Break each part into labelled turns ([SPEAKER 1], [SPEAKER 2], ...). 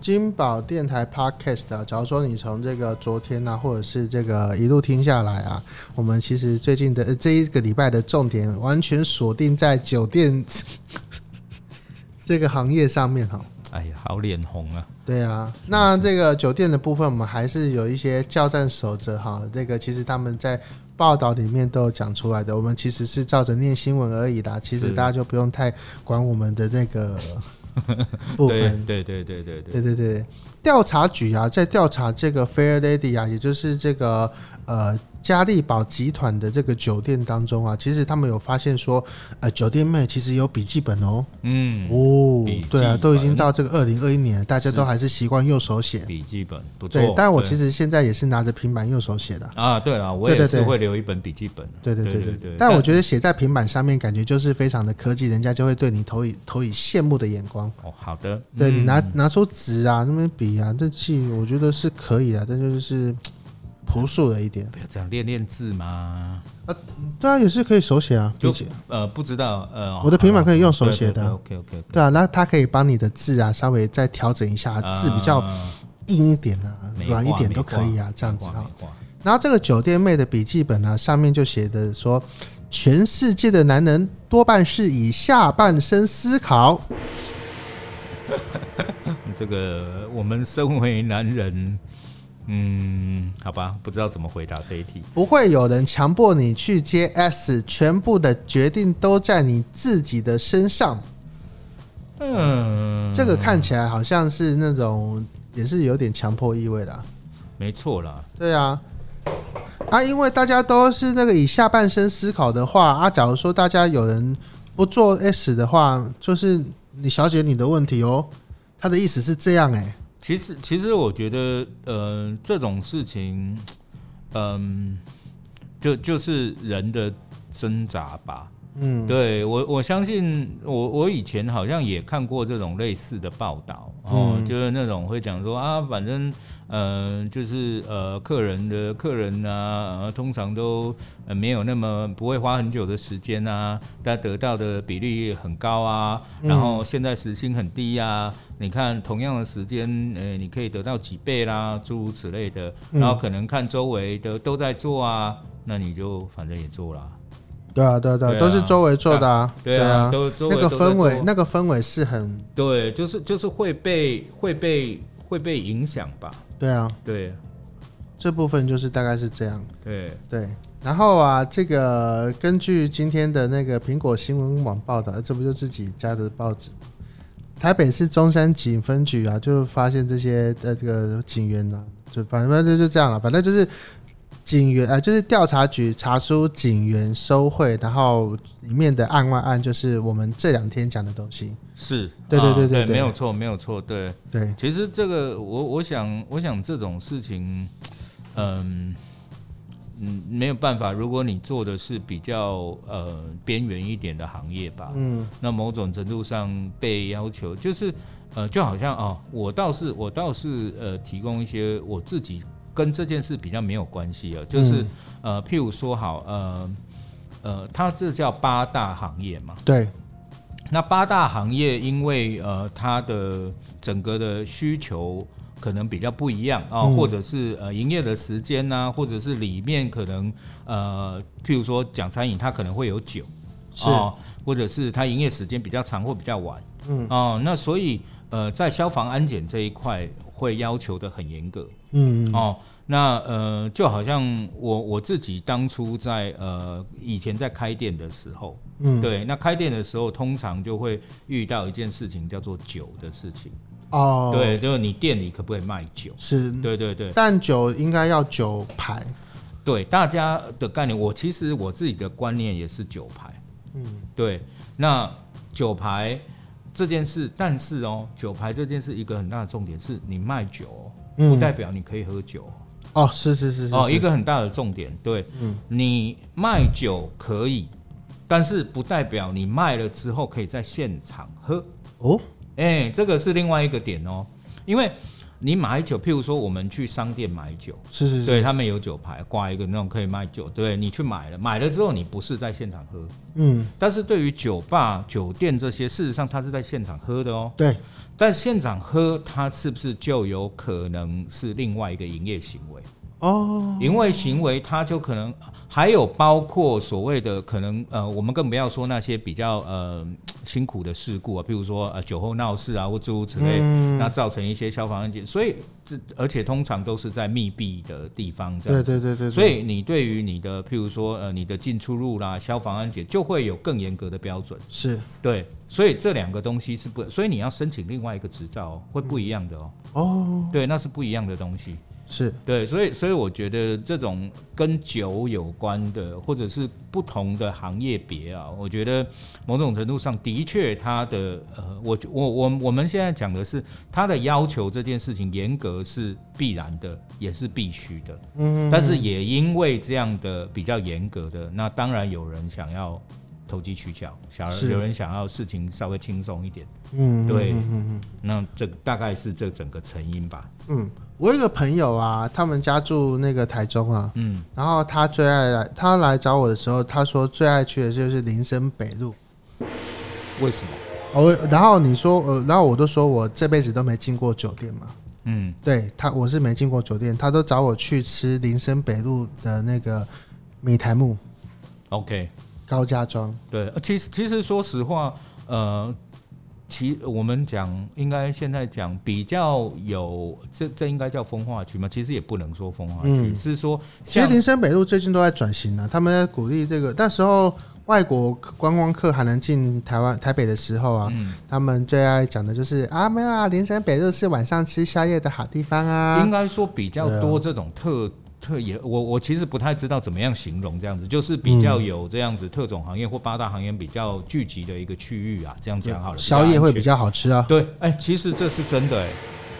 [SPEAKER 1] 金宝电台 Podcast 啊，假如说你从这个昨天啊，或者是这个一路听下来啊，我们其实最近的、呃这一个礼拜的重点完全锁定在酒店 这个行业上面哈、
[SPEAKER 2] 哎呀，好脸红啊！
[SPEAKER 1] 对啊，那这个酒店的部分，我们还是有一些教战守则哈。这个其实他们在报道里面都有讲出来的，我们其实是照着念新闻而已啦。其实
[SPEAKER 2] 是
[SPEAKER 1] 大家就不用太管我们的那个部
[SPEAKER 2] 对
[SPEAKER 1] 分。
[SPEAKER 2] 对对对对对，
[SPEAKER 1] 对对对，调查局啊，在调查这个 Fair Lady 啊，也就是这个呃嘉利宝集团的这个酒店当中啊，其实他们有发现说，呃，酒店妹其实有笔记本哦。
[SPEAKER 2] 嗯，
[SPEAKER 1] 哦
[SPEAKER 2] 笔，
[SPEAKER 1] 对啊，
[SPEAKER 2] 记
[SPEAKER 1] 都已经
[SPEAKER 2] 本
[SPEAKER 1] 到这个二零二一年了，大家都还是习惯右手写。
[SPEAKER 2] 笔记本不错
[SPEAKER 1] 对，。但我
[SPEAKER 2] 对
[SPEAKER 1] 其实现在也是拿着平板右手写的。
[SPEAKER 2] 啊，对了，我
[SPEAKER 1] 对
[SPEAKER 2] 也
[SPEAKER 1] 对
[SPEAKER 2] 是
[SPEAKER 1] 对
[SPEAKER 2] 会留一本笔记本。啊
[SPEAKER 1] 对对对
[SPEAKER 2] 对
[SPEAKER 1] 对
[SPEAKER 2] 对，
[SPEAKER 1] 但我觉得写在平板上面，感觉就是非常的科技，人家就会对你投以投以羡慕的眼光。
[SPEAKER 2] 哦，好的，
[SPEAKER 1] 对你
[SPEAKER 2] 嗯
[SPEAKER 1] 拿拿出纸啊，那边笔啊，这气我觉得是可以的，啊但就是朴素了一点。
[SPEAKER 2] 不要这样练练字嘛，
[SPEAKER 1] 对啊，也是可以手写啊，
[SPEAKER 2] 就
[SPEAKER 1] 笔记
[SPEAKER 2] 呃不知道呃，
[SPEAKER 1] 我的平板可以用手写的啊
[SPEAKER 2] OK OK，
[SPEAKER 1] 对啊，那它可以帮你的字啊稍微再调整一下，
[SPEAKER 2] 啊
[SPEAKER 1] 字比较硬一点啊，
[SPEAKER 2] 美
[SPEAKER 1] 软一
[SPEAKER 2] 化
[SPEAKER 1] 点
[SPEAKER 2] 美
[SPEAKER 1] 都可以啊，这样子哈。然后这个酒店妹的笔记本呢、啊上面就写的说，全世界的男人多半是以下半身思考。
[SPEAKER 2] 这个我们身为男人，嗯，好吧，不知道怎么回答这一题。
[SPEAKER 1] 不会有人强迫你去接 S，全部的决定都在你自己的身上。
[SPEAKER 2] 嗯，
[SPEAKER 1] 这个看起来好像是那种也是有点强迫意味的啊、
[SPEAKER 2] 没错啦，
[SPEAKER 1] 对啊，啊，因为大家都是那个以下半身思考的话，啊，假如说大家有人不做 S 的话，就是你小姐你的问题哦。他的意思是这样哎、
[SPEAKER 2] 其实，其实我觉得，呃，这种事情，嗯、就就是人的挣扎吧。
[SPEAKER 1] 嗯，
[SPEAKER 2] 对我，我相信我，我以前好像也看过这种类似的报道哦，
[SPEAKER 1] 嗯
[SPEAKER 2] 就是那种会讲说啊，反正呃，就是呃，客人的客人啊，呃通常都、呃、没有那么不会花很久的时间啊，但得到的比例很高啊，然后
[SPEAKER 1] 嗯
[SPEAKER 2] 现在时薪很低啊，你看同样的时间，呃，你可以得到几倍啦，诸如此类的，
[SPEAKER 1] 嗯
[SPEAKER 2] 然后可能看周围的都在做啊，那你就反正也做啦。
[SPEAKER 1] 对啊，对啊，对啊，
[SPEAKER 2] 对啊
[SPEAKER 1] 都是周围做的啊，
[SPEAKER 2] 对啊，
[SPEAKER 1] 啊，
[SPEAKER 2] 都周围
[SPEAKER 1] 那个
[SPEAKER 2] 都在
[SPEAKER 1] 氛围
[SPEAKER 2] 做，
[SPEAKER 1] 那个氛围是很，
[SPEAKER 2] 对，就是就是会被会被会被影响吧？
[SPEAKER 1] 对啊，
[SPEAKER 2] 对
[SPEAKER 1] 这部分就是大概是这样。
[SPEAKER 2] 对，
[SPEAKER 1] 对，然后啊，这个根据今天的那个苹果新闻网报道，呃这不就自己家的报纸？台北市中山警分局啊，就发现这些呃这个警员呢、就反正反正就这样了，反正就是警员呃，就是调查局查出警员收贿，然后里面的案外案就是我们这两天讲的东西。
[SPEAKER 2] 是，
[SPEAKER 1] 对对
[SPEAKER 2] 啊
[SPEAKER 1] 对对
[SPEAKER 2] 对
[SPEAKER 1] 对
[SPEAKER 2] 没有错，没有错，对。
[SPEAKER 1] 对，
[SPEAKER 2] 其实这个我我想我想这种事情，嗯嗯，没有办法，如果你做的是比较呃边缘一点的行业吧，
[SPEAKER 1] 嗯
[SPEAKER 2] 那某种程度上被要求，就是呃，就好像哦，我倒是我倒是呃，提供一些我自己跟这件事比较没有关系啊，就是、
[SPEAKER 1] 嗯
[SPEAKER 2] 呃，譬如说好呃呃，它这叫八大行业嘛，
[SPEAKER 1] 对，
[SPEAKER 2] 那八大行业，因为呃它的整个的需求可能比较不一样啊、
[SPEAKER 1] 嗯
[SPEAKER 2] 或者是呃营业的时间呐、或者是里面可能呃，譬如说讲餐饮，它可能会有酒，
[SPEAKER 1] 是
[SPEAKER 2] 哦，或者是它营业时间比较长或比较晚，
[SPEAKER 1] 嗯
[SPEAKER 2] 哦，那所以呃在消防安检这一块会要求的很严格，
[SPEAKER 1] 嗯嗯
[SPEAKER 2] 哦，那呃，就好像我我自己当初在呃以前在开店的时候，
[SPEAKER 1] 嗯，
[SPEAKER 2] 对，那开店的时候通常就会遇到一件事情叫做酒的事情，
[SPEAKER 1] 哦，，
[SPEAKER 2] 对，就是你店里可不可以卖酒？
[SPEAKER 1] 是，嗯
[SPEAKER 2] 对对对
[SPEAKER 1] 但酒应该要酒牌，
[SPEAKER 2] 对，大家的概念，我其实我自己的观念也是酒牌，
[SPEAKER 1] 嗯
[SPEAKER 2] 对，那酒牌这件事，但是哦，酒牌这件事一个很大的重点是你卖酒、哦，不代表你可以喝酒哦、
[SPEAKER 1] 哦，是是嗯是是
[SPEAKER 2] 哦，
[SPEAKER 1] 是
[SPEAKER 2] 一个很大的重点，对，
[SPEAKER 1] 嗯
[SPEAKER 2] 你卖酒可以，但是不代表你卖了之后可以在现场喝，
[SPEAKER 1] 哦，
[SPEAKER 2] 哎、这个是另外一个点哦，因为你买酒，譬如说我们去商店买酒，
[SPEAKER 1] 是是
[SPEAKER 2] 对
[SPEAKER 1] 是，
[SPEAKER 2] 他们有酒牌，挂一个那种可以卖酒，对你去买了，买了之后你不是在现场喝，
[SPEAKER 1] 嗯，
[SPEAKER 2] 但是对于酒吧、酒店这些，事实上它是在现场喝的哦。
[SPEAKER 1] 对，
[SPEAKER 2] 但现场喝，它是不是就有可能是另外一个营业行为？
[SPEAKER 1] 哦，
[SPEAKER 2] 因为行为它就可能还有包括所谓的可能呃，我们更不要说那些比较呃辛苦的事故啊，譬如说呃酒后闹事啊或诸如此类，
[SPEAKER 1] 嗯
[SPEAKER 2] 那造成一些消防案件，所以这而且通常都是在密闭的地方这样
[SPEAKER 1] 对对对对，对
[SPEAKER 2] 所以你对于你的譬如说呃你的进出入啦、消防安检就会有更严格的标准，
[SPEAKER 1] 是
[SPEAKER 2] 对，所以这两个东西是不，所以你要申请另外一个执照、哦、会不一样的哦，
[SPEAKER 1] 哦，
[SPEAKER 2] 对，那是不一样的东西。
[SPEAKER 1] 是
[SPEAKER 2] 对，所以所以我觉得这种跟酒有关的，或者是不同的行业别啊，我觉得某种程度上的确它的呃，我我我我们现在讲的是它的要求这件事情严格是必然的，也是必须的，
[SPEAKER 1] 嗯，
[SPEAKER 2] 但是也因为这样的比较严格的，那当然有人想要投机取巧，想
[SPEAKER 1] 是
[SPEAKER 2] 有人想要事情稍微轻松一点，
[SPEAKER 1] 嗯，
[SPEAKER 2] 对
[SPEAKER 1] 嗯嗯
[SPEAKER 2] 那这大概是这整个成因吧，
[SPEAKER 1] 嗯嗯，我有一个朋友啊，他们家住那个台中啊，
[SPEAKER 2] 嗯，
[SPEAKER 1] 然后他最爱来，他来找我的时候，他说最爱去的就是林森北路。
[SPEAKER 2] 为什么？
[SPEAKER 1] 哦，我然后你说，呃，然后我都说我这辈子都没进过酒店嘛，
[SPEAKER 2] 嗯
[SPEAKER 1] 对他，我是没进过酒店，他都找我去吃林森北路的那个米苔木
[SPEAKER 2] ，OK。
[SPEAKER 1] 高家庄，
[SPEAKER 2] 对，呃其实其实说实话，呃，其我们讲应该现在讲比较有这这应该叫风化区吗？其实也不能说风化区，
[SPEAKER 1] 嗯
[SPEAKER 2] 是说
[SPEAKER 1] 其实
[SPEAKER 2] 像
[SPEAKER 1] 林森北路最近都在转型了、啊他们在鼓励这个。那时候外国观光客还能进台湾台北的时候啊，
[SPEAKER 2] 嗯
[SPEAKER 1] 他们最爱讲的就是啊，没有啊，林森北路是晚上吃宵夜的好地方
[SPEAKER 2] 应
[SPEAKER 1] 啊。
[SPEAKER 2] 该说比较多这种特。特也，我我其实不太知道怎么样形容这样子，就是
[SPEAKER 1] 嗯
[SPEAKER 2] 比较有这样子特种行业或八大行业比较聚集的一个区域啊，这样讲好了。
[SPEAKER 1] 宵夜会比
[SPEAKER 2] 较安全。
[SPEAKER 1] 较好吃啊。
[SPEAKER 2] 对，哎、其实这是真的、哎，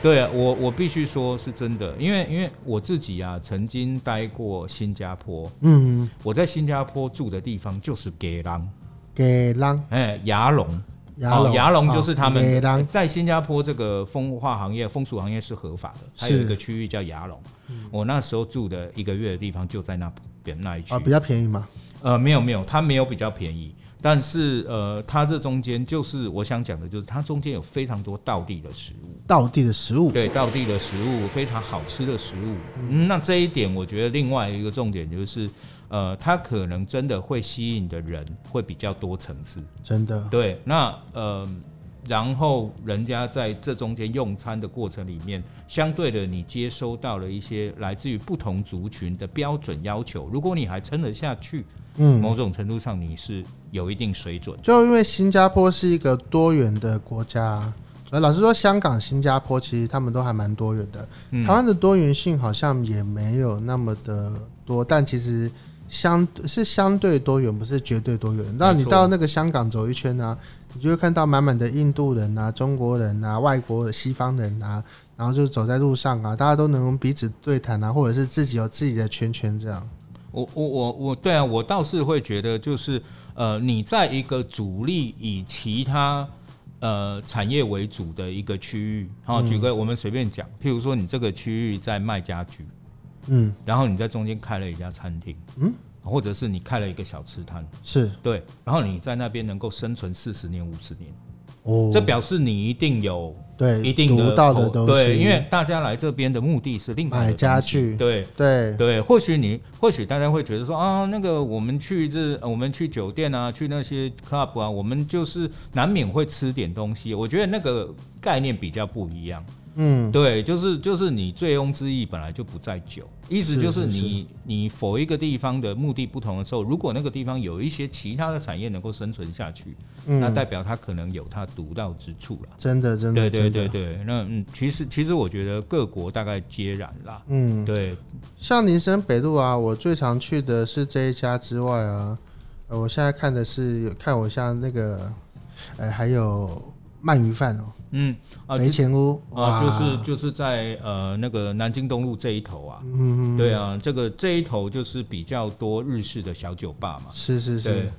[SPEAKER 2] 对我我必须说是真的，因为因为我自己啊曾经待过新加坡，
[SPEAKER 1] 嗯，
[SPEAKER 2] 我在新加坡住的地方就是给狼，
[SPEAKER 1] 给浪
[SPEAKER 2] 哎，牙龙，
[SPEAKER 1] 牙龙，
[SPEAKER 2] 哦牙龙就是他们、
[SPEAKER 1] 给浪，
[SPEAKER 2] 在新加坡这个风化行业、风俗行业是合法的，它有
[SPEAKER 1] 是嗯
[SPEAKER 2] 一个区域叫牙龙。我那时候住的一个月的地方就在那边那一区。
[SPEAKER 1] 啊，比较便宜嘛。
[SPEAKER 2] 呃，没有没有，它没有比较便宜，但是呃，它这中间就是我想讲的，就是它中间有非常多道地的食物。
[SPEAKER 1] 道地的食物，
[SPEAKER 2] 对，道地的食物非常好吃的食物、嗯那这一点，我觉得另外一个重点就是，呃，它可能真的会吸引的人会比较多层次。
[SPEAKER 1] 真的
[SPEAKER 2] 对，那呃，然后人家在这中间用餐的过程里面，相对的你接收到了一些来自于不同族群的标准要求，如果你还撑得下去，
[SPEAKER 1] 嗯
[SPEAKER 2] 某种程度上你是有一定水准。
[SPEAKER 1] 就因为新加坡是一个多元的国家、啊，呃，老实说，香港、新加坡其实他们都还蛮多元的。
[SPEAKER 2] 嗯
[SPEAKER 1] 台湾的多元性好像也没有那么的多，但其实相是相对多元，不是绝对多元。那你
[SPEAKER 2] 没错
[SPEAKER 1] 到那个香港走一圈呢、你就会看到满满的印度人啊、中国人啊、外国的西方人啊，然后就走在路上啊，大家都能彼此对谈啊，或者是自己有自己的圈圈这样。
[SPEAKER 2] 我我我我对啊，我倒是会觉得就是呃，你在一个主力以其他呃产业为主的一个区域，
[SPEAKER 1] 嗯
[SPEAKER 2] 好、举个我们随便讲，譬如说你这个区域在卖家具，
[SPEAKER 1] 嗯，
[SPEAKER 2] 然后你在中间开了一家餐厅，
[SPEAKER 1] 嗯，
[SPEAKER 2] 或者是你开了一个小吃摊，
[SPEAKER 1] 是
[SPEAKER 2] 对，然后你在那边能够生存四十年五十年，
[SPEAKER 1] 哦，
[SPEAKER 2] 这表示你一定有
[SPEAKER 1] 对
[SPEAKER 2] 一定
[SPEAKER 1] 独
[SPEAKER 2] 的
[SPEAKER 1] 到的
[SPEAKER 2] 口
[SPEAKER 1] 东西，
[SPEAKER 2] 对，因为大家来这边的目的是另外的
[SPEAKER 1] 买家
[SPEAKER 2] 东西
[SPEAKER 1] 具
[SPEAKER 2] 对。
[SPEAKER 1] 对
[SPEAKER 2] 对，或许你或许大家会觉得说啊，那个我们去这呃我们去酒店啊，去那些 club 啊，我们就是难免会吃点东西。我觉得那个概念比较不一样。
[SPEAKER 1] 嗯，
[SPEAKER 2] 对，就是就是你醉翁之意本来就不在酒，意思
[SPEAKER 1] 是
[SPEAKER 2] 就是
[SPEAKER 1] 是
[SPEAKER 2] 你你否一个地方的目的不同的时候，如果那个地方有一些其他的产业能够生存下去，
[SPEAKER 1] 嗯
[SPEAKER 2] 那代表它可能有它独到之处了。
[SPEAKER 1] 真的真的，
[SPEAKER 2] 对对
[SPEAKER 1] 真的
[SPEAKER 2] 对，对，那嗯，其实其实我觉得各国大概皆然啦。
[SPEAKER 1] 嗯，
[SPEAKER 2] 对，
[SPEAKER 1] 像林森北路啊，我最常去的是这一家之外啊，呃，我现在看的是看我像那个，呃，还有鳗鱼饭哦，
[SPEAKER 2] 嗯啊，
[SPEAKER 1] 肥前屋
[SPEAKER 2] 啊，就是
[SPEAKER 1] 哇
[SPEAKER 2] 就是在呃那个南京东路这一头啊，
[SPEAKER 1] 嗯，
[SPEAKER 2] 对啊，这个这一头就是比较多日式的小酒吧嘛，
[SPEAKER 1] 是是
[SPEAKER 2] 对
[SPEAKER 1] 是，，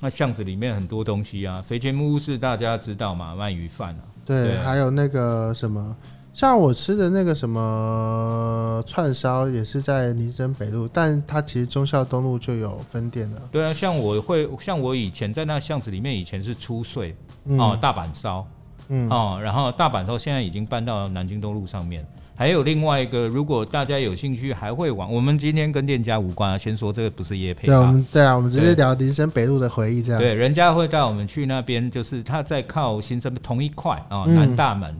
[SPEAKER 2] 那巷子里面很多东西啊，肥前木屋是大家知道嘛，鳗鱼饭啊，
[SPEAKER 1] 对，
[SPEAKER 2] 对
[SPEAKER 1] 还有那个什么像我吃的那个什么串烧，也是在林森北路，但它其实忠孝东路就有分店了。
[SPEAKER 2] 对啊，像我会，像我以前在那巷子里面，以前是出税、
[SPEAKER 1] 嗯、
[SPEAKER 2] 哦，大阪烧、
[SPEAKER 1] 嗯，
[SPEAKER 2] 哦，然后大阪烧现在已经搬到南京东路上面。还有另外一个，如果大家有兴趣，还会往我们今天跟店家无关啊，先说这个不是业配
[SPEAKER 1] 对，我
[SPEAKER 2] 啊。
[SPEAKER 1] 们对啊，我们直接
[SPEAKER 2] 对
[SPEAKER 1] 聊林森北路的回忆这样。
[SPEAKER 2] 对，人家会带我们去那边，就是他在靠新生同一块啊、哦
[SPEAKER 1] 嗯
[SPEAKER 2] 南大门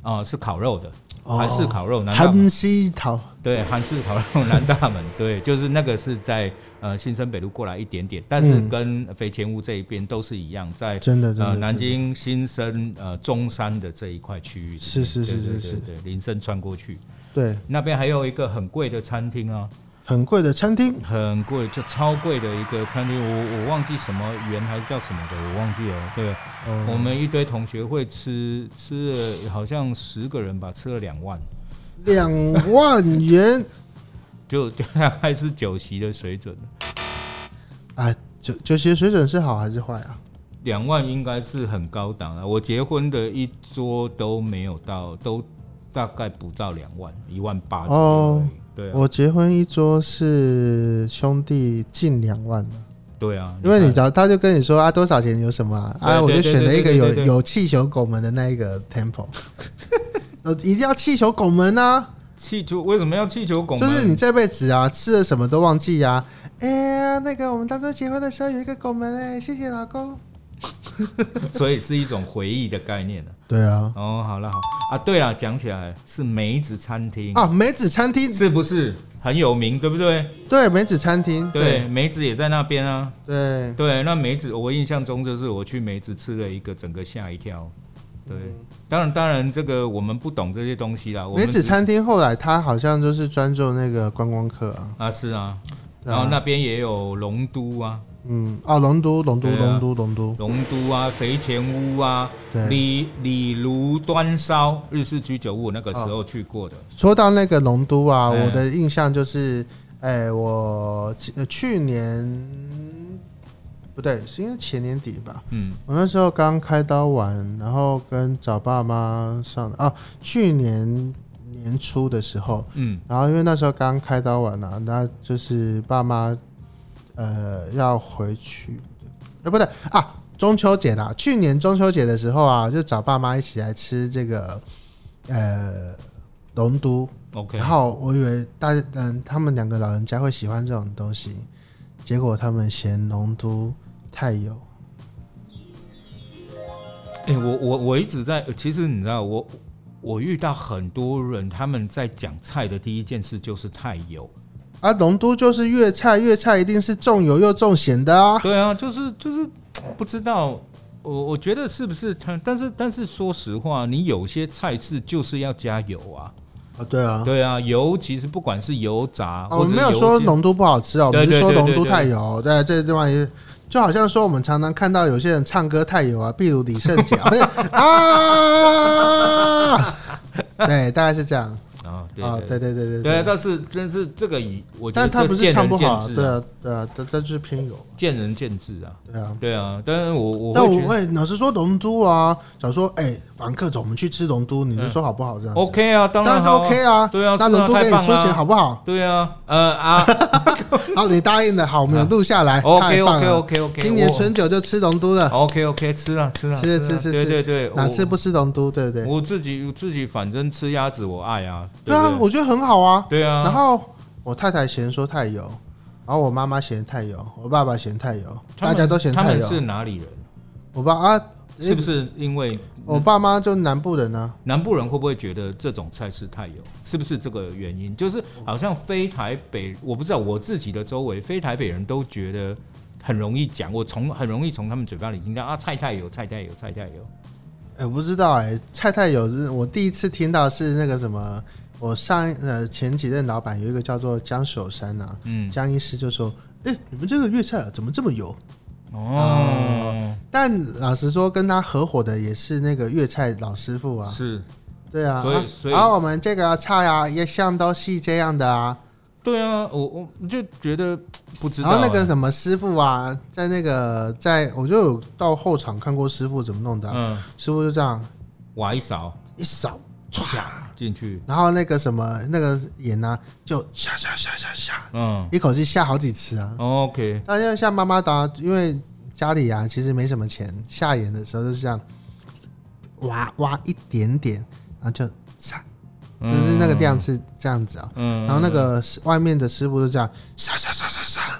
[SPEAKER 2] 啊、哦是烤肉的，
[SPEAKER 1] 哦，
[SPEAKER 2] 韩式烤肉，南大门
[SPEAKER 1] 韩西烤，
[SPEAKER 2] 对，韩式烤肉南大门， 对，就是那个是在呃新生北路过来一点点，但是
[SPEAKER 1] 嗯
[SPEAKER 2] 跟肥前屋这一边都是一样，在
[SPEAKER 1] 真的真
[SPEAKER 2] 呃
[SPEAKER 1] 的。真
[SPEAKER 2] 南
[SPEAKER 1] 的
[SPEAKER 2] 京新生呃中山的这一块区域里面，
[SPEAKER 1] 是是是
[SPEAKER 2] 对
[SPEAKER 1] 是
[SPEAKER 2] 对对
[SPEAKER 1] 是
[SPEAKER 2] 对，林森穿过去
[SPEAKER 1] 对，
[SPEAKER 2] 那边还有一个很贵的餐厅啊，
[SPEAKER 1] 很贵的餐厅，
[SPEAKER 2] 很贵，就超贵的一个餐厅，我我忘记什么园还是叫什么的，我忘记了，对。
[SPEAKER 1] 哦
[SPEAKER 2] 我们一堆同学会吃，吃了好像十个人吧，吃了两万，
[SPEAKER 1] 两万元，
[SPEAKER 2] 就就大概是酒席的水准。
[SPEAKER 1] 哎，酒酒席的水准是好还是坏啊？
[SPEAKER 2] 两万应该是很高档了，我结婚的一桌都没有到，都大概不到两万，一万八左右而
[SPEAKER 1] 哦
[SPEAKER 2] 已。对啊，
[SPEAKER 1] 我结婚一桌是兄弟近两万了，
[SPEAKER 2] 对啊，
[SPEAKER 1] 因为你
[SPEAKER 2] 看
[SPEAKER 1] 知道，他就跟你说啊，多少钱有什么啊？
[SPEAKER 2] 对
[SPEAKER 1] 啊，我
[SPEAKER 2] 对
[SPEAKER 1] 就
[SPEAKER 2] 对
[SPEAKER 1] 选了一个
[SPEAKER 2] 对对
[SPEAKER 1] 有
[SPEAKER 2] 对对
[SPEAKER 1] 有气球拱门的那一个 temple，呃，一定要气球拱门啊！
[SPEAKER 2] 气球为什么要气球拱
[SPEAKER 1] 就
[SPEAKER 2] 门？
[SPEAKER 1] 是你这辈子啊，吃了什么都忘记呀、啊。哎、呀，那个我们当初结婚的时候有一个拱门哎、谢谢老公。
[SPEAKER 2] 所以是一种回忆的概念了。
[SPEAKER 1] 对啊，
[SPEAKER 2] 哦，好了好啊，对了，讲起来是梅子餐厅，
[SPEAKER 1] 啊，梅子餐厅，
[SPEAKER 2] 是不是很有名？对不对？
[SPEAKER 1] 对，梅子餐厅，
[SPEAKER 2] 对，
[SPEAKER 1] 对
[SPEAKER 2] 梅子也在那边啊。
[SPEAKER 1] 对，
[SPEAKER 2] 对，那梅子，我印象中就是我去梅子吃了一个，整个吓一跳。对，当然当然，这个我们不懂这些东西啦。我
[SPEAKER 1] 嗯
[SPEAKER 2] 们
[SPEAKER 1] 梅子
[SPEAKER 2] 只
[SPEAKER 1] 餐厅后来它好像就是专做那个观光客啊，
[SPEAKER 2] 啊，是啊，
[SPEAKER 1] 对啊
[SPEAKER 2] 然后那边也有龙都啊，
[SPEAKER 1] 嗯，哦，龙都，龙都，
[SPEAKER 2] 对啊
[SPEAKER 1] 龙都，龙都，
[SPEAKER 2] 龙都啊，肥前屋啊，
[SPEAKER 1] 对。
[SPEAKER 2] 李李如端烧日式居酒屋，那个时
[SPEAKER 1] 哦
[SPEAKER 2] 候去过的。
[SPEAKER 1] 说到那个龙都啊，
[SPEAKER 2] 嗯
[SPEAKER 1] 我的印象就是，哎、我去呃去年不对，是应该前年底吧，
[SPEAKER 2] 嗯，
[SPEAKER 1] 我那时候刚开刀完，然后跟找爸妈上啊，去年年初的时候，
[SPEAKER 2] 嗯，
[SPEAKER 1] 然后因为那时候刚开刀完了、那就是爸妈呃要回去，呃不对啊，中秋节啦，去年中秋节的时候啊，就找爸妈一起来吃这个呃龙都，
[SPEAKER 2] OK，
[SPEAKER 1] 然后我以为大家嗯，他们两个老人家会喜欢这种东西，结果他们嫌龙都太油。
[SPEAKER 2] 哎、我我我一直在，呃其实你知道，我我遇到很多人，他们在讲菜的第一件事就是太油。
[SPEAKER 1] 啊，龙都就是粤菜，粤菜一定是重油又重咸的啊。
[SPEAKER 2] 对啊，就是就是不知道，我我觉得是不是他，但是但是说实话，你有些菜式就是要加油啊，
[SPEAKER 1] 啊，对啊，
[SPEAKER 2] 对啊，油其实不管是油炸，
[SPEAKER 1] 啊我们
[SPEAKER 2] 或
[SPEAKER 1] 没
[SPEAKER 2] 者
[SPEAKER 1] 有
[SPEAKER 2] 是
[SPEAKER 1] 说
[SPEAKER 2] 油煎
[SPEAKER 1] 龙都不好吃哦，我们是
[SPEAKER 2] 对对
[SPEAKER 1] 说
[SPEAKER 2] 对
[SPEAKER 1] 龙
[SPEAKER 2] 对
[SPEAKER 1] 都
[SPEAKER 2] 对
[SPEAKER 1] 太油。对，这另外一。就好像说我们常常看到有些人唱歌太油啊，譬如李圣杰啊 不是啊，对，大概是这样
[SPEAKER 2] 啊，对
[SPEAKER 1] 啊，
[SPEAKER 2] 对
[SPEAKER 1] 对对对对
[SPEAKER 2] 对啊，但是但是这个以我觉
[SPEAKER 1] 但
[SPEAKER 2] 得
[SPEAKER 1] 他
[SPEAKER 2] 这
[SPEAKER 1] 不是
[SPEAKER 2] 见
[SPEAKER 1] 唱
[SPEAKER 2] 仁
[SPEAKER 1] 不好
[SPEAKER 2] 见
[SPEAKER 1] 啊，
[SPEAKER 2] 智
[SPEAKER 1] 对
[SPEAKER 2] 啊，
[SPEAKER 1] 啊对啊，这这就是偏油啊，
[SPEAKER 2] 见仁见智啊，
[SPEAKER 1] 对啊。
[SPEAKER 2] 对啊，但是我我
[SPEAKER 1] 但
[SPEAKER 2] 会
[SPEAKER 1] 我
[SPEAKER 2] 觉得
[SPEAKER 1] 会老实说龙都啊，假如说哎，房客走，我们去吃龙都，你
[SPEAKER 2] 嗯
[SPEAKER 1] 就说好不好这样子？
[SPEAKER 2] OK 啊，当
[SPEAKER 1] 当然
[SPEAKER 2] 然
[SPEAKER 1] 是
[SPEAKER 2] 好啊
[SPEAKER 1] OK 啊，
[SPEAKER 2] 对啊，
[SPEAKER 1] 那
[SPEAKER 2] 是
[SPEAKER 1] 龙
[SPEAKER 2] 啊
[SPEAKER 1] 都
[SPEAKER 2] 太
[SPEAKER 1] 给你
[SPEAKER 2] 棒
[SPEAKER 1] 出
[SPEAKER 2] 了啊
[SPEAKER 1] 钱好不好？
[SPEAKER 2] 对啊，呃 啊
[SPEAKER 1] 好，你答应的，好，我们有录下来，
[SPEAKER 2] ，OK
[SPEAKER 1] 太棒
[SPEAKER 2] OK
[SPEAKER 1] 了。
[SPEAKER 2] OK OK，
[SPEAKER 1] 今年春酒就吃龙都了，
[SPEAKER 2] OK OK 吃啊吃啊
[SPEAKER 1] 吃
[SPEAKER 2] 啊
[SPEAKER 1] 吃吃
[SPEAKER 2] 对
[SPEAKER 1] 吃
[SPEAKER 2] 对对，
[SPEAKER 1] 哪
[SPEAKER 2] 我
[SPEAKER 1] 次不吃龙都，对不对？
[SPEAKER 2] 我自己我自己反正吃鸭子我爱啊，
[SPEAKER 1] 对
[SPEAKER 2] 不
[SPEAKER 1] 啊，我觉得很好啊。
[SPEAKER 2] 对啊，
[SPEAKER 1] 然后我太太嫌说太油，然后我妈妈嫌太油，我爸爸嫌太油，
[SPEAKER 2] 他
[SPEAKER 1] 大
[SPEAKER 2] 们
[SPEAKER 1] 家都嫌
[SPEAKER 2] 他
[SPEAKER 1] 太
[SPEAKER 2] 们
[SPEAKER 1] 油。
[SPEAKER 2] 是哪里人？
[SPEAKER 1] 我爸啊，
[SPEAKER 2] 是不是因为
[SPEAKER 1] 我爸妈就南部人啊，
[SPEAKER 2] 南部人会不会觉得这种菜式太油？是不是这个原因？就是好像非台北，我不知道我自己的周围非台北人都觉得很容易讲，我从很容易从他们嘴巴里听到啊菜太油，菜太油，菜太油。
[SPEAKER 1] 哎，我不知道哎，菜太油是我第一次听到是那个什么，我上一呃前几任老板有一个叫做江守山啊，
[SPEAKER 2] 嗯，
[SPEAKER 1] 江医师就说，哎，你们这个粤菜啊怎么这么油？
[SPEAKER 2] 哦，
[SPEAKER 1] 但老实说，跟他合伙的也是那个粤菜老师傅啊，
[SPEAKER 2] 是，
[SPEAKER 1] 对啊，
[SPEAKER 2] 所以
[SPEAKER 1] 啊
[SPEAKER 2] 所以
[SPEAKER 1] 然后我们这个菜啊，一向都是这样的啊。
[SPEAKER 2] 对啊，我我就觉得不知道
[SPEAKER 1] 然
[SPEAKER 2] 啊、
[SPEAKER 1] 后那个什么师傅啊，在那个在我就有到后场看过师傅怎么弄的啊、
[SPEAKER 2] 嗯，
[SPEAKER 1] 师傅就这样
[SPEAKER 2] 挖一勺，
[SPEAKER 1] 一扫，唰，
[SPEAKER 2] 进去，
[SPEAKER 1] 然后那个什么那个盐啊，就下下下下下，
[SPEAKER 2] 嗯
[SPEAKER 1] 一口气下好几次啊。
[SPEAKER 2] ，OK，
[SPEAKER 1] 那要像妈妈的啊，因为家里啊其实没什么钱，下盐的时候就是这样挖挖一点点，然后就撒，就
[SPEAKER 2] 嗯
[SPEAKER 1] 是那个量，是这样子啊。
[SPEAKER 2] 嗯，
[SPEAKER 1] 然后那个师外面的师傅就这样杀杀杀杀杀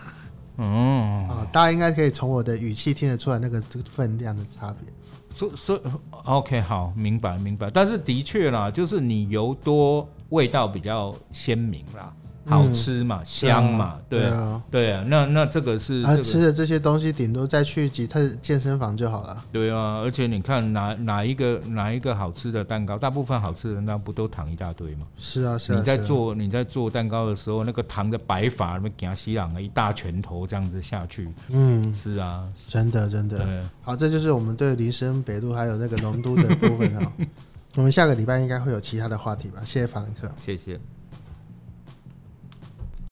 [SPEAKER 2] 嗯，
[SPEAKER 1] 啊，大家应该可以从我的语气听得出来那个这个分量的差别。
[SPEAKER 2] 所所 OK 好，明白明白。但是的确啦，就是你油多，味道比较鲜明啦，
[SPEAKER 1] 嗯
[SPEAKER 2] 好吃嘛，香嘛，对啊
[SPEAKER 1] 啊，
[SPEAKER 2] 对啊。那那这个是
[SPEAKER 1] 啊，
[SPEAKER 2] 这
[SPEAKER 1] 吃
[SPEAKER 2] 个。
[SPEAKER 1] 的这些东西顶多再去几趟健身房就好了。
[SPEAKER 2] 对啊，而且你看哪哪一个哪一个好吃的蛋糕，大部分好吃的那不都糖一大堆吗？
[SPEAKER 1] 是啊，是啊，
[SPEAKER 2] 你在
[SPEAKER 1] 是啊
[SPEAKER 2] 做你在做蛋糕的时候，那个糖的白法，那么给它吸朗了一大拳头这样子下去，
[SPEAKER 1] 嗯，
[SPEAKER 2] 是啊，
[SPEAKER 1] 真的真的。
[SPEAKER 2] 对，
[SPEAKER 1] 好，这就是我们对林森北路还有那个龙都的部分啊。我们下个礼拜应该会有其他的话题吧？谢谢法兰克。
[SPEAKER 2] 谢谢。